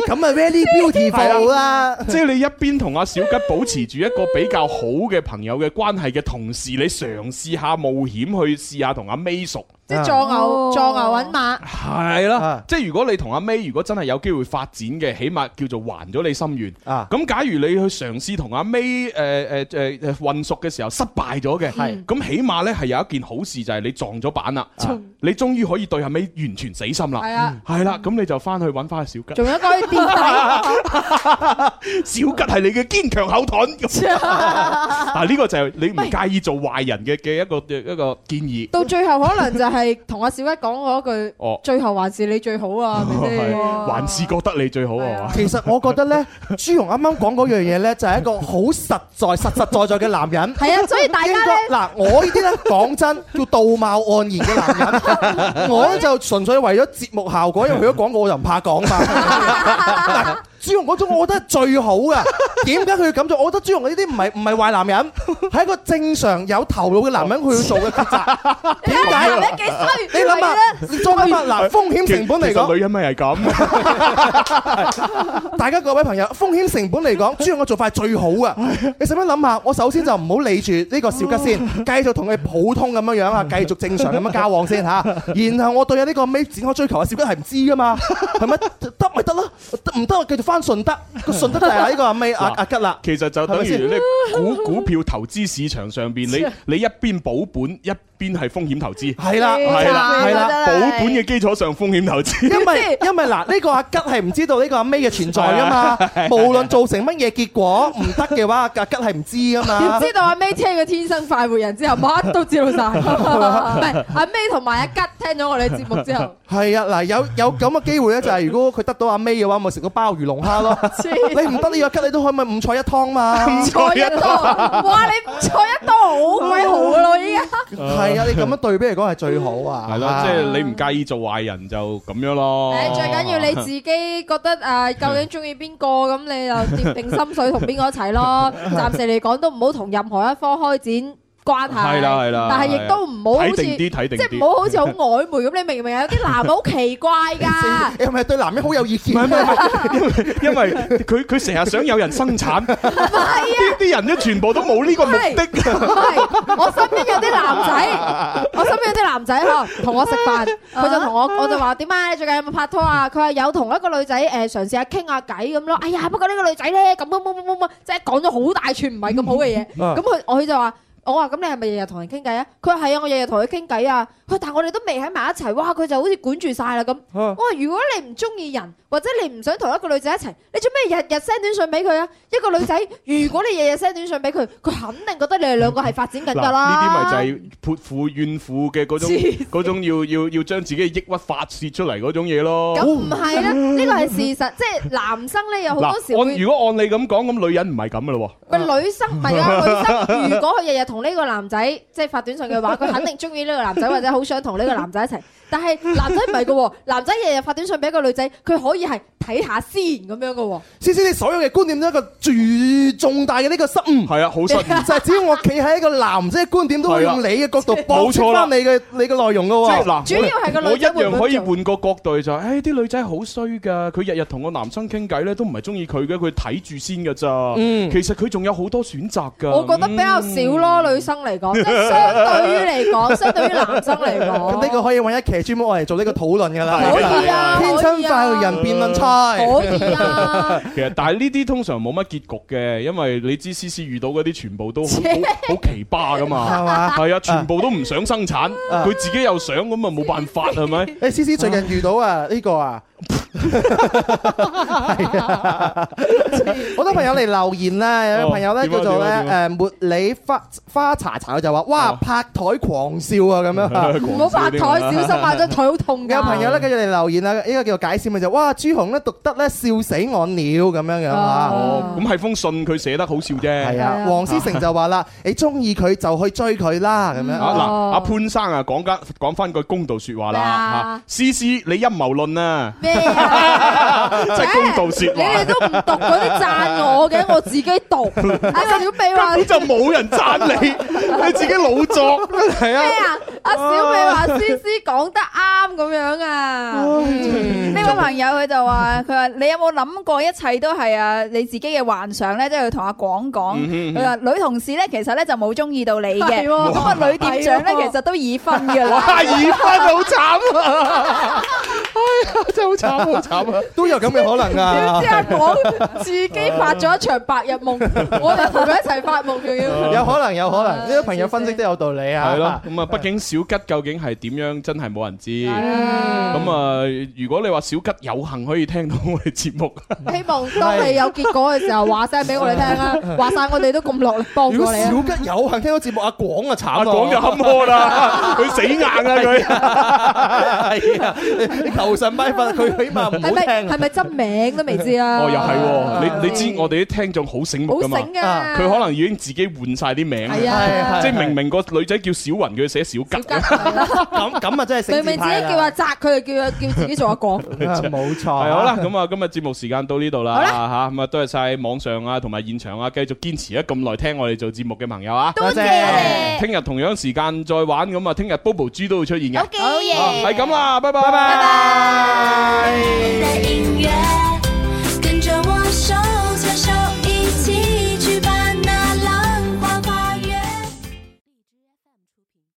咁啊 very beautiful 啦，
即係你一邊同阿小吉保持住一個比較好嘅朋友嘅關係嘅同時，你嘗試下冒險去試下同阿 May 熟。
即係撞牛撞牛揾馬，
係啦
啊，
即係如果你同阿 May 如果真係有機會發展嘅，起碼叫做還咗你心願。
啊
咁假如你去嘗試同阿 May 呃誒誒誒誒混熟嘅時候失敗咗嘅，
係
咁起碼呢係有一件好事就係你撞咗板啦，
衝
啊你終於可以對阿 May 完全死心
係
啦。
啊，
係啦，咁你就翻去揾翻小吉，
仲有嗰啲墊底。
小吉係你嘅堅強後 盾。咁嗱，呢個就係你唔介意做壞人嘅嘅一個一個建議。
到最後可能就係同阿小一講嗰句，
哦，
最後還是你最好啊，係咪
係
先？
還是覺得你最好
係
啊
啊？
其實我覺得咧，朱紅啱啱講嗰樣嘢咧，就係一個好實在、實實在在嘅男人。
係啊，所以大家咧。
應該嗱，我呢啲咧 講真叫道貌岸然嘅男人，我咧就純粹為咗節目效果，因為佢咗廣告我就唔怕講嘛。嗱，朱紅嗰種我覺得係最好噶，點解佢要咁做？我覺得朱紅呢啲唔係唔係壞男人，係一個正常有頭腦嘅男人佢要做嘅抉擇。點 解？
你幾衰？
你諗下，你再諗下嗱，風險成本嚟
其實
講，
女人咪係咁，
大家各位朋友，風險成本嚟 講，朱紅嘅做法係最好噶。你使唔使諗下？我首先就唔好理住呢個小吉先，
嗯
繼續同佢普通咁樣樣啊，繼續正常咁樣交往 先嚇。然後我對啊呢個 May 展開追求啊，小吉係唔知噶嘛，係咪得咪得咯？得唔得我繼續翻順德，個順德就係 呢個阿 May 阿阿吉啦。
其實就等於
係咪
你股股票投資市場上邊，
啊
你你一邊保本，一邊係風險投資，
係
哎
啦，
係啦，
係啦，
保本嘅基礎上風險投資。
因為因為嗱，呢個阿吉係唔知道呢個阿 May 嘅存在噶嘛，
啊
無論造成乜嘢結果唔得嘅話，阿吉係唔知噶嘛
啊
點。知道阿 May 聽佢天生快活 人之後，乜都知道晒。唔係阿 May 同埋阿吉聽咗我哋節目之 後，
係啊，嗱有有咁嘅機會咧，就係如果佢得到阿 May 嘅話，咪食個鮑魚龍蝦咯。 你唔得呢個吉，你都可以咪五菜一湯嘛。
菜一多，哇！你菜一多好鬼好啊噶咯，依家
係啊，你咁樣對比嚟 講係最好啊。
係咯，即係你唔介意做壞人就咁樣咯。
誒最緊要你自己覺得誒究竟中意邊個咁，你就 決定心水同邊個一齊咯。暫時嚟講都唔好同任何一科開展關係，
係啦係啦
但係亦都唔好好
睇
似
定
即
啲，睇定
係唔
啲。
好好似好曖昧咁。你明唔明啊？有啲男嘅好奇怪㗎。
你係咪對男人好有意見？唔係
因為佢佢成日想有人生產，
啊
啲啲人咧全部都冇呢個目的。
唔係，我身邊有啲男仔， 我身邊有啲男仔嗬，同我食 飯，佢就同我，我就話點啊？你最近有冇拍拖啊？佢話有同一個女仔誒嘗試下傾下偈咁咯。哎呀，不過呢個女仔咧咁咁咁咁咁，即係講咗好大串唔係 咁好嘅嘢。咁佢我佢就話。我話咁你係咪日日同人傾偈啊？佢話係啊，我日日同佢傾偈啊。佢但係我哋都未喺埋一齊，哇！佢就好似管住晒啦咁。我話如果你唔中意人，或者你唔想同一個女仔一齊，你做咩日日 send 短信俾佢啊？一個女仔，如果你日日 send 短信俾佢，佢肯定覺得你哋兩個係發展緊
嗱，
㗎
呢
啦。
啲咪就係潑婦怨婦嘅嗰種
黐線
嗰種要要要將自己嘅抑鬱發泄出嚟嗰種嘢咯。
咁唔係啦，呢個係事實，即係男生咧有好多時
嗱，按
會。
如果按你咁講，咁女人唔係咁噶咯
喂，女生唔係啊，女生如果佢日日同呢個男仔即係發短信嘅話，佢肯定中意呢個男仔，或者好想同呢個男仔一齊。但係男仔唔係嘅 喎，男仔日日發短信俾一個女仔，佢可以係睇下先咁樣嘅喎。
思思，你所有嘅觀點都係一個最重大嘅呢個失
喎。。
誤
係啊，好失意。
就係只要我企喺一個男仔嘅觀點，都會
係啦
用你嘅角度
冇
駁
錯
斥
啦
翻你嘅你嘅內容噶
即係
喎。
嗱，
主要係 個
我
女仔
我一樣
會唔
可
會
以
做
換個角度就係，誒啲女仔好衰㗎，佢日日同個男生傾偈咧都唔係中意佢嘅，佢睇住先㗎咋。
嗯
其實佢仲有好多選擇㗎。
我覺得比較少咯，女 生嚟講，即係相對於嚟講，相對於男生嚟
咁呢
講，
個可以揾一期專門我嚟做呢個討論㗎啦。
可以
啊
天生快活人
啊
辯論賽。
可以啊。
其實，但係呢啲通常冇乜結局嘅，因為你知思思遇到嗰啲全部都 好好好奇葩噶嘛，
係嘛
係啊，全部都唔想生產，
啊
佢自己又想，咁啊冇辦法係咪？
誒，思哎思最近遇到啊呢個啊，係啊好多朋友嚟留言啦，有
哦
位朋友咧
點啊
叫做咧
點啊
誒茉莉花花茶茶，佢就話哇
哦
拍台狂笑 啊咁樣啊。
唔好拍台，小心啊！張台好痛㗎。
有朋友咧繼續嚟留言啦，啊呢個叫做解釋咪就哇朱紅咧讀得咧笑死我了咁樣樣啊。
哦，咁係封信佢寫得好笑啫。
係
係
啊，
啊
黃思成就話啦：你中意佢就去追佢啦，咁樣。
啊嗱，
哦
阿潘生啊，講間講翻句公道説話
咩
啦
啊
嚇，思思你陰謀論啊，
咩啊？
真係公道説
你哋
話，
都唔讀嗰啲讚我嘅，我自己 讀。阿小美話
根本就冇人讚你，你自己老作真係啊
咩。啊？阿小美 話思思講得啱咁樣啊！
呢位朋友佢就話：佢話你有冇諗過一切都係啊你自己嘅幻想咧？即係佢同阿廣講，
嗯哼
佢話女同事咧其實咧就冇中意到你嘅，
係喎
咁啊女店長咧
係喎
其實都已婚㗎啦。
哇！二婚好慘啊！哎呀，真係好慘，好慘啊！
都有咁嘅可能
點
啊
知！阿廣自己發咗一場白日夢，我哋同佢一齊發夢仲要。
有可能，有可能，呢個朋友分析都有道理啊。
啊係咯，咁啊，畢竟小吉究竟係點樣，真係冇人知。咁啊，如果你話小吉有幸可以聽到我哋節目，
希望當你有結果嘅時候，話聲俾我哋聽啦。話晒我哋都咁落力幫
如果
過你
小
啊。
吉有幸聽到節目，阿廣啊慘
阿
啊！
廣 就坎坷啦，佢死硬啊佢。
係啊，你求神拜佛，佢起碼唔好
係咪係
聽。
咪真名都未知啊？
啊哦，又係喎，你你知我哋啲聽眾好醒目
好
噶嘛？
醒
啊
啊！
佢可能已經自己換晒啲名，
係
係
啊，
即係明明個女仔叫小雲，佢寫小吉。
咁咁啊，真係
明
成
明自己叫阿澤，佢就叫阿叫自己做阿廣。
冇錯。
係好啦，咁啊，今日節目時間到呢度啦，
好啦
吓咁啊，多謝晒網上啊同埋現場啊，繼續堅持咗咁耐聽我哋做節目嘅朋友啊。
多謝
聽日同樣時間再玩，咁啊，聽日 Bobo 豬都會出現嘅。哦
好嘢
啊係咁啦，拜拜。
拜拜。
的音乐。